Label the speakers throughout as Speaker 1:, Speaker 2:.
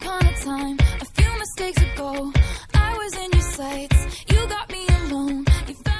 Speaker 1: time. A few mistakes ago, I was in your sights. You got me alone. You found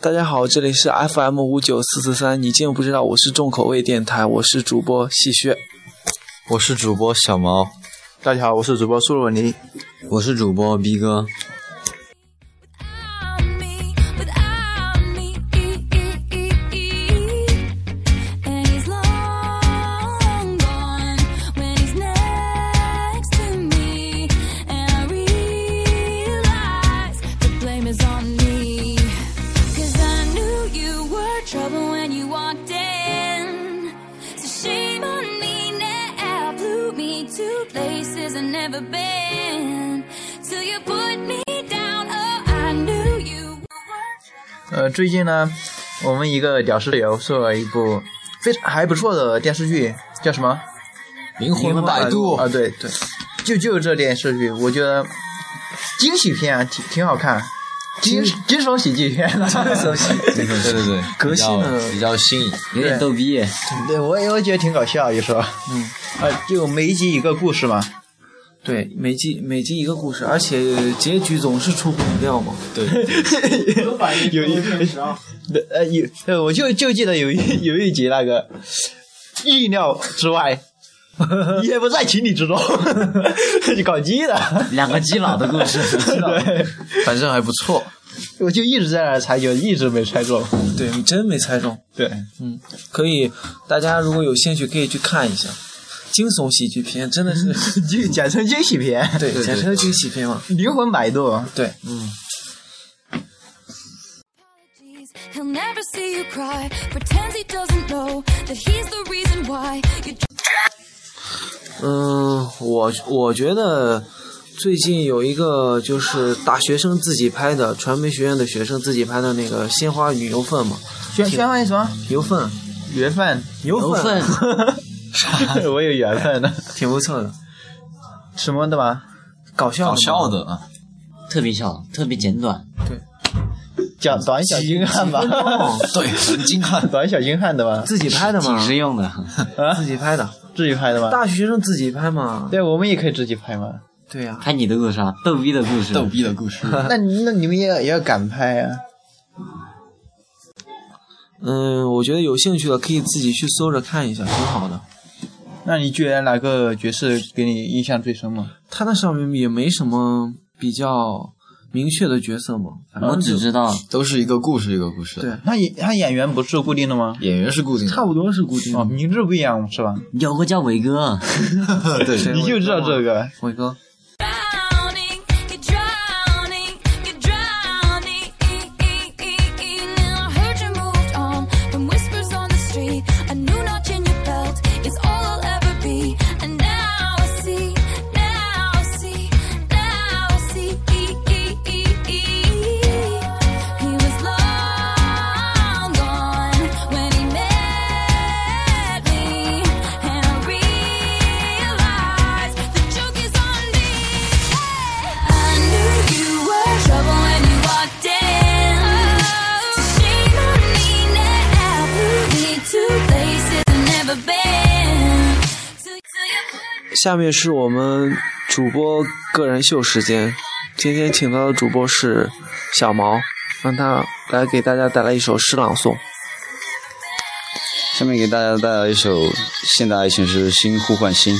Speaker 2: 大家好，这里是 FM 五九四四三，你竟不知道我是重口味电台，我是主播戏谑。
Speaker 3: 我是主播小毛，
Speaker 4: 大家好，我是主播苏若尼。
Speaker 3: 我是主播逼哥，
Speaker 1: without me, without me. And he's long gone when he's next to me. And I realize the blame is on me. Cause I knew you were trouble when you walked in. So shame on me now. Blew me to places I've never been. Till you put me down. Oh, I knew you were trouble.
Speaker 4: 呃，最近呢，我们一个屌丝友做了一部非常还不错的电视剧，叫什么？
Speaker 3: 灵魂的摆渡
Speaker 4: 啊，对对，就就这电视剧，我觉得惊喜片啊，挺挺好看，惊惊悚喜剧片， 惊悚喜
Speaker 3: 对对对，
Speaker 4: 革新
Speaker 3: 比较
Speaker 4: 的
Speaker 3: 比较新颖，
Speaker 5: 有点逗逼耶。
Speaker 3: 啊
Speaker 4: 对，我也我觉得挺搞笑，有时候，嗯，啊，就每一集一个故事嘛，
Speaker 2: 对，每集每集一个故事，而且结局总是出乎意料嘛。
Speaker 4: 有一对呃有呃，我就就记得有一有一集那个意料之外， 也不在情理之中， 就搞基的。
Speaker 5: 两个基佬的故事，
Speaker 4: 对，
Speaker 2: 反正还不错。
Speaker 4: 我就一直在那儿猜，就一直没猜中。
Speaker 2: 对，你真没猜中。
Speaker 4: 对，
Speaker 2: 嗯，可以，大家如果有兴趣可以去看一下，惊悚喜剧片真的是，
Speaker 3: 嗯
Speaker 4: 就简称惊喜片，
Speaker 2: 对，简称惊喜片嘛。
Speaker 4: 灵魂摆渡。
Speaker 2: 对，
Speaker 1: apologies. He'll never see you cry. Pretends he doesn't know that he's the reason why you
Speaker 2: 嗯，我我觉得最近有一个就是大学生自己拍的，传媒学院的学生自己拍的那个《鲜花与牛粪》嘛，
Speaker 4: 宣宣欢什么？
Speaker 2: 牛粪，
Speaker 4: 缘 分，
Speaker 2: 牛粪，
Speaker 4: 我有缘分的，
Speaker 2: 挺不错的，
Speaker 4: 什么的吧？
Speaker 2: 搞笑
Speaker 3: 搞
Speaker 2: 嘛
Speaker 3: 笑的啊，
Speaker 5: 特别小，特别简短。
Speaker 4: 讲短小精悍吧，
Speaker 3: 对，很精悍，
Speaker 4: 短小精悍的吧，
Speaker 2: 自己拍的
Speaker 5: 挺
Speaker 2: 嘛，
Speaker 5: 实用的，
Speaker 2: 自己拍的，
Speaker 4: 自己拍的吧？
Speaker 2: 大学生自己拍嘛，
Speaker 4: 对，我们也可以自己拍嘛。
Speaker 2: 对呀、
Speaker 5: 拍你的故事啊，逗逼的故事，
Speaker 3: 逗逼的 故事。
Speaker 4: 那那你们也要也要敢拍啊？
Speaker 2: 嗯，我觉得有兴趣的可以自己去搜着看一下，挺好的。
Speaker 4: 那你觉得哪个角色给你印象最深吗？
Speaker 2: 他那上面也没什么比较明确的角色嘛，反
Speaker 5: 我
Speaker 2: 正
Speaker 5: 只
Speaker 2: 就
Speaker 5: 知道
Speaker 3: 都哦是一个故事一个故事。
Speaker 2: 对
Speaker 4: 他演他演员不是固定的吗？
Speaker 3: 演员是固定的，
Speaker 2: 差不多是固定
Speaker 4: 哦，
Speaker 2: 的。
Speaker 4: 名字不一样是吧？
Speaker 5: 有个叫伟哥，
Speaker 3: 对，
Speaker 4: 你就知道这个，
Speaker 2: 伟哥，
Speaker 1: drowning, you're drowning, you're drowning. Now I heard you moved on from whispers on the street. A new notch in your belt is all I'll ever be. And now I see, now I see, now I see. He was long gone when he met me, and I realized the joke is on me. I knew you were trouble when you walked in. Shame on me now, blew me to places I've never been. Till- till you put
Speaker 2: 下面是我们主播个人秀时间，今天请到的主播是小毛，让他来给大家带来一首诗朗诵。
Speaker 6: 下面给大家带来一首现代爱情诗《心呼唤心》。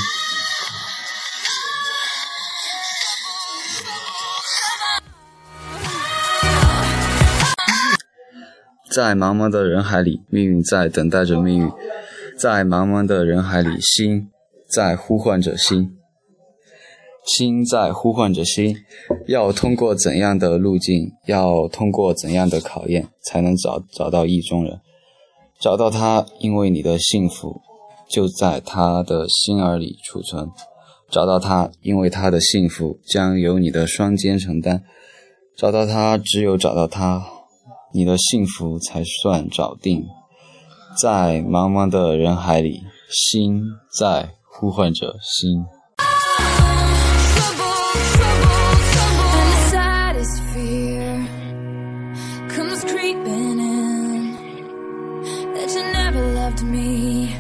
Speaker 6: 在茫茫的人海里，命运在等待着命运；在茫茫的人海里，心在呼唤着心，心在呼唤着心。要通过怎样的路径，要通过怎样的考验，才能找找到意中人？找到他，因为你的幸福就在他的心儿里储存；找到他，因为他的幸福将由你的双肩承担；找到他，只有找到他，你的幸福才算找定。在茫茫的人海里，心在呼唤着心。
Speaker 1: Trouble, trouble, trouble. And the saddest fear comes creeping in that you never loved me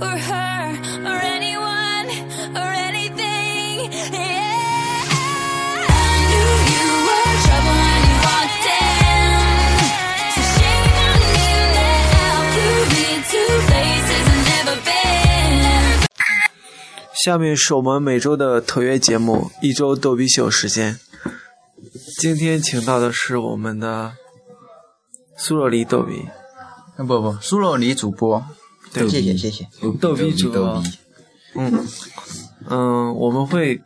Speaker 1: or her or anyone or anything.
Speaker 2: 下面是我们每周的特约节目《一周逗比秀》时间。今天请到的是我们的苏若离逗比，
Speaker 4: 嗯
Speaker 3: 不不，苏洛尼主播，
Speaker 2: 对，
Speaker 4: 谢谢谢谢，
Speaker 2: 逗比主
Speaker 3: 逗
Speaker 2: 播
Speaker 3: 比。
Speaker 2: 嗯嗯，我们会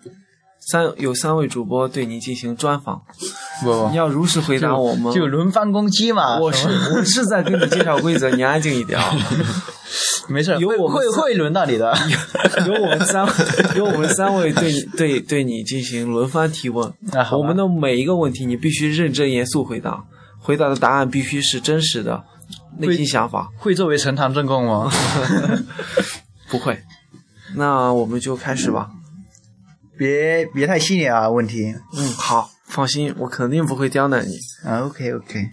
Speaker 2: 三有三位主播对你进行专访，
Speaker 4: 不不
Speaker 2: 你要如实回答我们。
Speaker 4: 就轮番攻击嘛。
Speaker 2: 我
Speaker 4: 啊什
Speaker 2: 是
Speaker 4: 么
Speaker 2: 我是在跟你介绍规则，你安静一点啊！
Speaker 4: 没事，
Speaker 2: 有
Speaker 4: 会
Speaker 2: 我们
Speaker 4: 会会轮到你 的。
Speaker 2: 由我们三由我们三位对你对对你进行轮番提问，
Speaker 4: 那好吧
Speaker 2: 我们的每一个问题你必须认真严肃回答，回答的答案必须是真实的内心想法，
Speaker 4: 会作为呈堂证供 吗？
Speaker 2: 不会。那我们就开始吧。
Speaker 4: 别别太细腻啊，问题。
Speaker 2: 嗯，好，放心，我肯定不会刁难你。
Speaker 4: 啊，OK OK，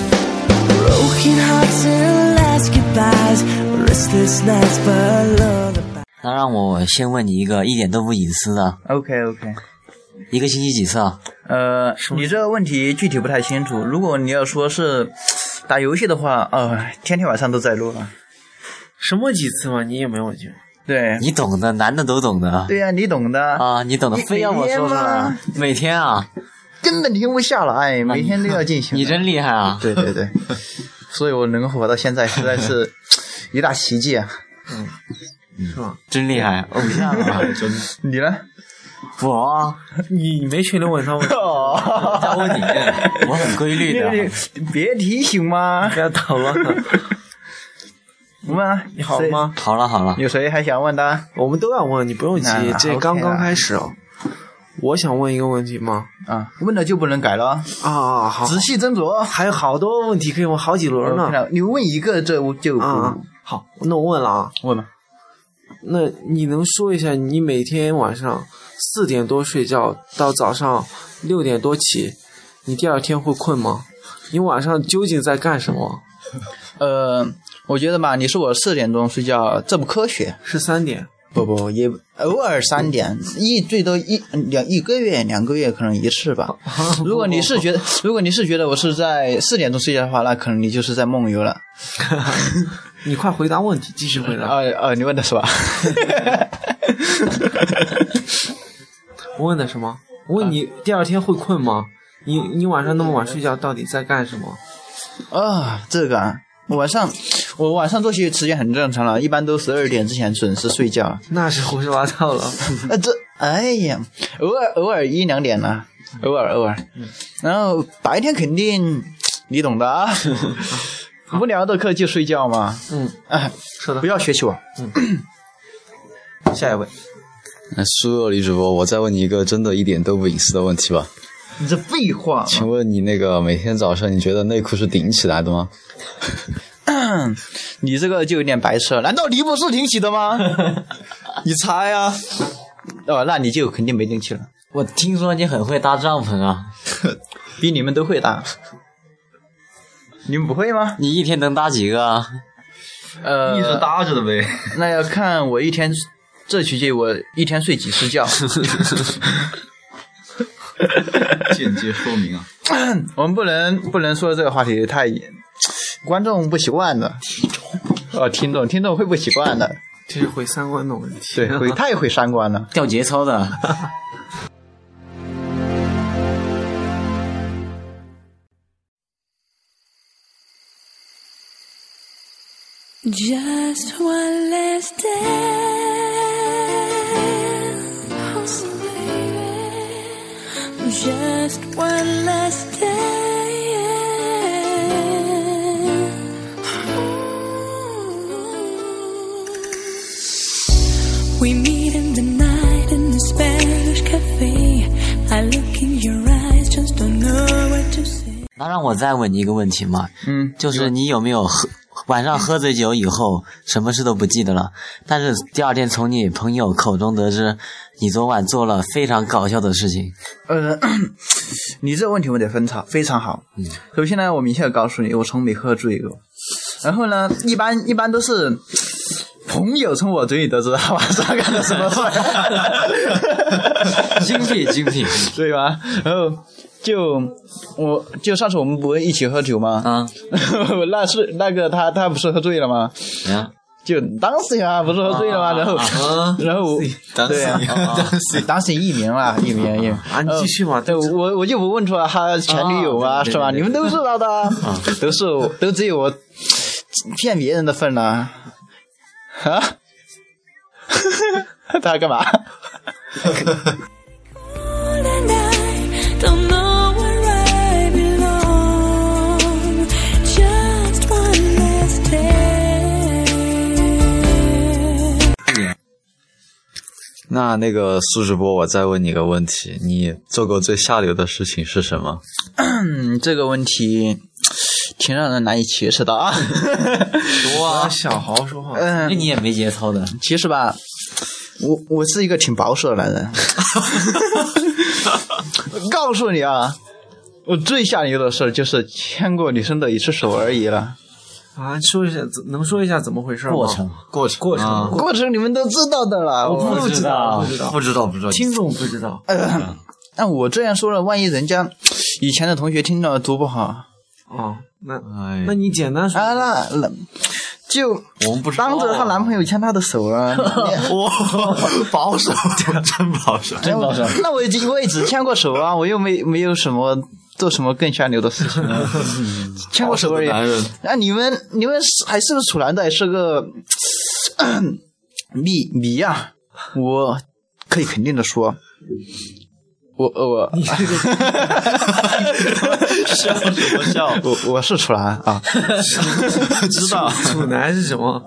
Speaker 7: Broken hearts and last goodbyes, restless nights but lullaby.
Speaker 5: 那让我先问你一个一点都不隐私的，
Speaker 4: OK OK，
Speaker 5: 一个星期几次啊？
Speaker 4: 呃，你这个问题具体不太清楚。如果你要说是打游戏的话，呃，天天晚上都在录啊。
Speaker 2: 什么几次嘛？你也没有就
Speaker 4: 对，
Speaker 5: 你懂的，男的都懂的
Speaker 4: 对呀、你懂的，
Speaker 5: 啊，你懂的，
Speaker 4: 你
Speaker 5: 非要我说出来
Speaker 4: 每天吗，
Speaker 5: 每天啊，
Speaker 4: 根本停不下来，每天都要进 行。
Speaker 5: 你真厉害啊！
Speaker 4: 对对对，所以我能活到现在实在 是一大奇迹啊！
Speaker 2: 是吗？
Speaker 5: 真厉害，偶像啊！
Speaker 4: 你呢？
Speaker 5: 我
Speaker 2: 你你没去问他问题，哦
Speaker 5: 在问你， 我很规律的。
Speaker 4: 你别提醒 嘛，
Speaker 2: 不要捣乱。
Speaker 4: 问啊，
Speaker 2: 你好 吗？
Speaker 5: 好了好了，
Speaker 4: 谁？有谁还想问的？
Speaker 2: 我们都要问，你不用急
Speaker 4: 那，
Speaker 2: 这
Speaker 4: OK
Speaker 2: 刚刚
Speaker 4: 啦
Speaker 2: 开始哦。我想问一个问题吗？
Speaker 4: 啊，问了就不能改了，
Speaker 2: 啊，好，
Speaker 4: 仔细斟酌。
Speaker 2: 还有好多问题可以问好几轮呢。
Speaker 4: 看你问一个，这我就不
Speaker 2: 啊，好，那我问了啊，
Speaker 4: 问吧。
Speaker 2: 那你能说一下你每天晚上四点多睡觉到早上六点多起，你第二天会困吗？你晚上究竟在干什么？
Speaker 4: 呃，我觉得吧，你说我四点钟睡觉，这不科学。
Speaker 2: 是三点，
Speaker 4: 不不，也偶尔三点，一最多一两一个月两个月可能一次 吧。如果你是觉得，如果你是觉得我是在四点钟睡觉的话，那可能你就是在梦 游了。
Speaker 2: 你快回答问题，继续回答。
Speaker 4: 啊啊，你问的是吧？
Speaker 2: 我问的什么？我问你第二天会困吗？你你晚上那么晚睡觉到底在干什么？
Speaker 4: 啊，这个啊，晚上我晚上作息时间很正常了，一般都十二点之前准时睡觉。
Speaker 2: 那是胡说八道 了。
Speaker 4: 啊，这哎呀，偶尔偶尔一两点呢，偶尔偶尔。然后白天肯定你懂的 啊，无聊的课就睡觉嘛。
Speaker 2: 嗯，
Speaker 4: 哎，
Speaker 2: 说的
Speaker 4: 不要学习我。
Speaker 2: 下一位，
Speaker 6: 那苏若离主播，我再问你一个真的一点都不隐私的问题吧，
Speaker 4: 你这废话
Speaker 6: 请问你那个每天早上你觉得内裤是顶起来的吗？
Speaker 4: 你这个就有点白痴了。难道你不是挺起的 吗？你猜啊？哦，那你就肯定没顶起了，
Speaker 5: 我听说你很会搭帐篷啊，
Speaker 4: 比你们都会 搭。你们不会吗？
Speaker 5: 你一天能搭几个啊？
Speaker 4: 呃，
Speaker 3: 一直搭着的呗。
Speaker 4: 那要看我一天这取决于我一天睡几次 觉。
Speaker 3: 间接说明啊，
Speaker 4: 我们不能不能说这个话题太，观众不习惯的。哦，听众听众会不习惯的，
Speaker 2: 这是毁三观的问题。
Speaker 4: 对， 会太会三观了。
Speaker 5: 掉节操的，
Speaker 7: Just one last dance, baby. Just one last dance. We meet in the night in a Spanish cafe. I look in your eyes, just don't know what to say.
Speaker 5: 那让我再问你一个问题嘛，
Speaker 4: 嗯，
Speaker 5: 就是你有没有喝晚上喝醉酒以后什么事都不记得了，但是第二天从你朋友口中得知你昨晚做了非常搞笑的事情，
Speaker 4: 呃， 你这个问题问得非常非常好。首先呢，我明确地告诉你，我从没喝醉过。然后呢，一般一般都是 朋友从我嘴里得知他晚上干了什么事儿，
Speaker 5: 精辟精辟，
Speaker 4: 对吧？然后就我就上次我们不是一起喝酒吗？
Speaker 5: 啊，
Speaker 4: 那是那个他他不是喝醉了吗？
Speaker 5: 哎呀，
Speaker 4: 就当时呀，不是喝醉了吗？然后、然后我对呀、啊，当时一年了，一年一年
Speaker 2: 啊你继续嘛
Speaker 4: 对，我我就不问出来他前女友啊，
Speaker 5: 啊对对对
Speaker 4: 是吧？
Speaker 5: 对对
Speaker 4: 你们都知道的啊，都是我都只有我骗别人的份了啊！啊 他干嘛？
Speaker 1: Cold and I don't know where I belong. Just one last day.
Speaker 6: 那那个苏主播，我再问你个问题，你做过最下流的事情是什么？
Speaker 4: 嗯，这个问题挺让人难以启齿的啊。
Speaker 2: 哇，小豪说话，
Speaker 4: 嗯
Speaker 5: 那，你也没节操的，
Speaker 4: 其实吧，我我是一个挺保守的男人。 告诉你啊，我最下流的事儿就是牵过女生的一次手而已了。
Speaker 2: 啊，说一下，怎能说一下怎么回事吗？
Speaker 5: 过程
Speaker 6: 过程过程，
Speaker 4: 过程你哦们都知道的啦。我
Speaker 2: 不哦知道，不知道，
Speaker 6: 不知道不知道，
Speaker 2: 听众不知道，
Speaker 4: 那我这样说了，万一人家以前的同学听到了多不好啊！
Speaker 2: 啊，那
Speaker 6: 哎
Speaker 2: 那，你简单说，
Speaker 4: 那那就
Speaker 6: 我们不知道啊
Speaker 4: 当着她男朋友牵她的手 啊！
Speaker 6: 哇，保守，真保守，
Speaker 4: 真保守。那哎我已经我也只牵过手啊，我又没没有什么做什么更下流的事情 啊，牵过手而已。
Speaker 6: 男人
Speaker 4: 那你们你们是还是不是处男的？还是个 迷迷呀、我可以肯定的说，我呃我， 你这个笑什么笑？我我是处男啊，
Speaker 2: 知道处男是什么？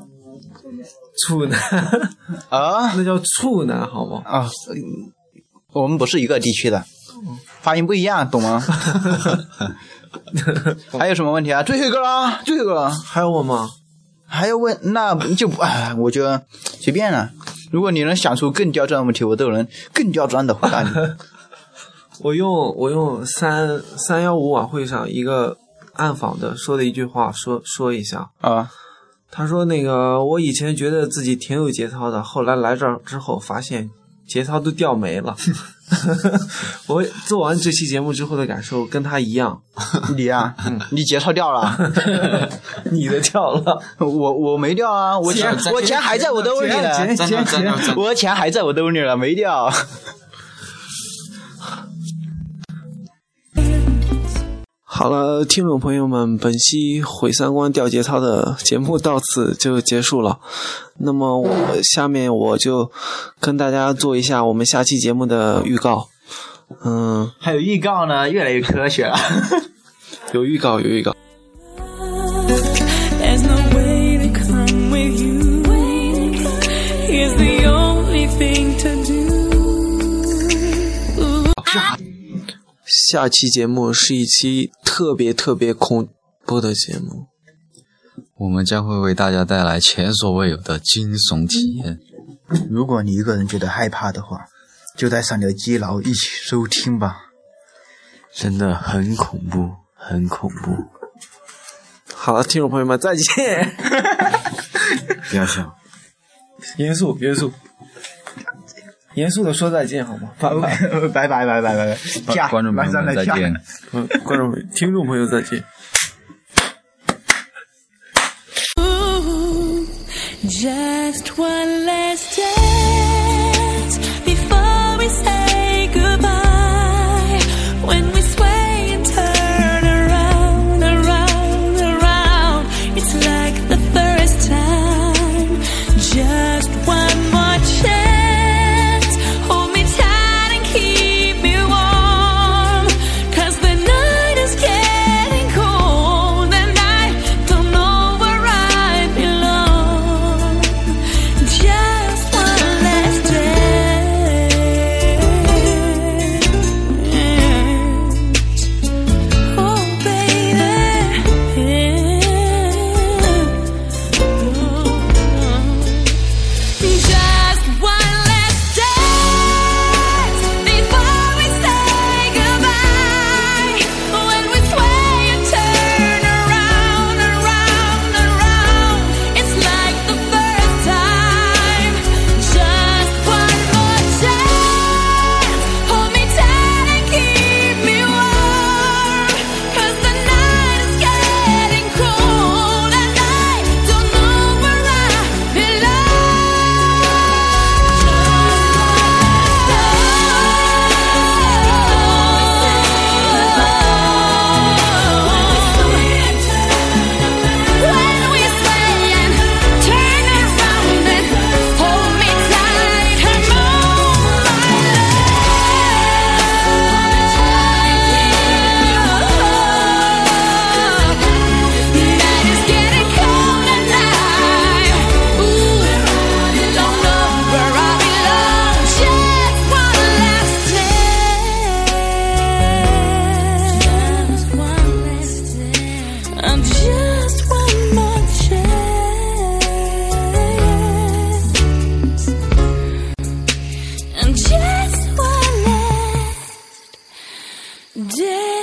Speaker 2: 处男，
Speaker 4: 啊
Speaker 2: 那叫处男，好吗？
Speaker 4: 啊，我们不是一个地区的，发音不一样，懂吗？ 还有什么问题啊？最后一个啦，最后一个啦。
Speaker 2: 还有我吗？
Speaker 4: 还要问，那就不哎，我觉得随便了。如果你能想出更刁钻的问题，我都能更刁钻的回 答你。
Speaker 2: 我用我用三三幺五晚会上一个暗访的说的一句话说说一下，
Speaker 4: 啊，
Speaker 2: 他说那个我以前觉得自己挺有节操的，后来来这儿之后发现节操都掉没了。 我做完这期节目之后的感受跟他一样，
Speaker 4: 你啊，你节操掉了，
Speaker 2: 你的掉了，
Speaker 4: 我我没掉啊，我钱我钱还在我兜里呢，
Speaker 2: 捡捡 捡
Speaker 4: 我的钱还在我兜里了，没掉。
Speaker 2: 好了，听众朋友们，本期毁三观掉节操的节目到此就结束了。那么我下面我就跟大家做一下我们下期节目的预告。嗯，
Speaker 4: 还有预告呢，越来越科学了。
Speaker 2: 有预告，有预告。
Speaker 1: There's no way to come with you. It's the only thing to do.
Speaker 2: 下期节目是一期特别特别恐怖的节目。
Speaker 6: 我们将会为大家带来前所未有的惊悚体验。
Speaker 4: 如果你一个人觉得害怕的话，就带上你的基佬一起收听 吧。
Speaker 5: 真的很恐怖，很恐怖。
Speaker 2: 好了，听众朋友们，再 见。
Speaker 6: 不要笑。
Speaker 2: 严肃，严肃，严肃的说再见好吗？拜拜。
Speaker 4: 拜拜拜拜拜拜，下
Speaker 6: 观众
Speaker 4: 马
Speaker 6: 朋友们
Speaker 4: 上
Speaker 6: 再
Speaker 4: 下
Speaker 6: 见。
Speaker 2: 嗯，观众朋友、听众朋友再见。
Speaker 1: Ooh, Just one last dance before we say goodbye. When we sway and turn around, around, around, it's like the first time. Just one more chance. Hold me tight and keep me warm. Cause the night is getting cold and I don't know where I belong. Just Oh, Oh, day.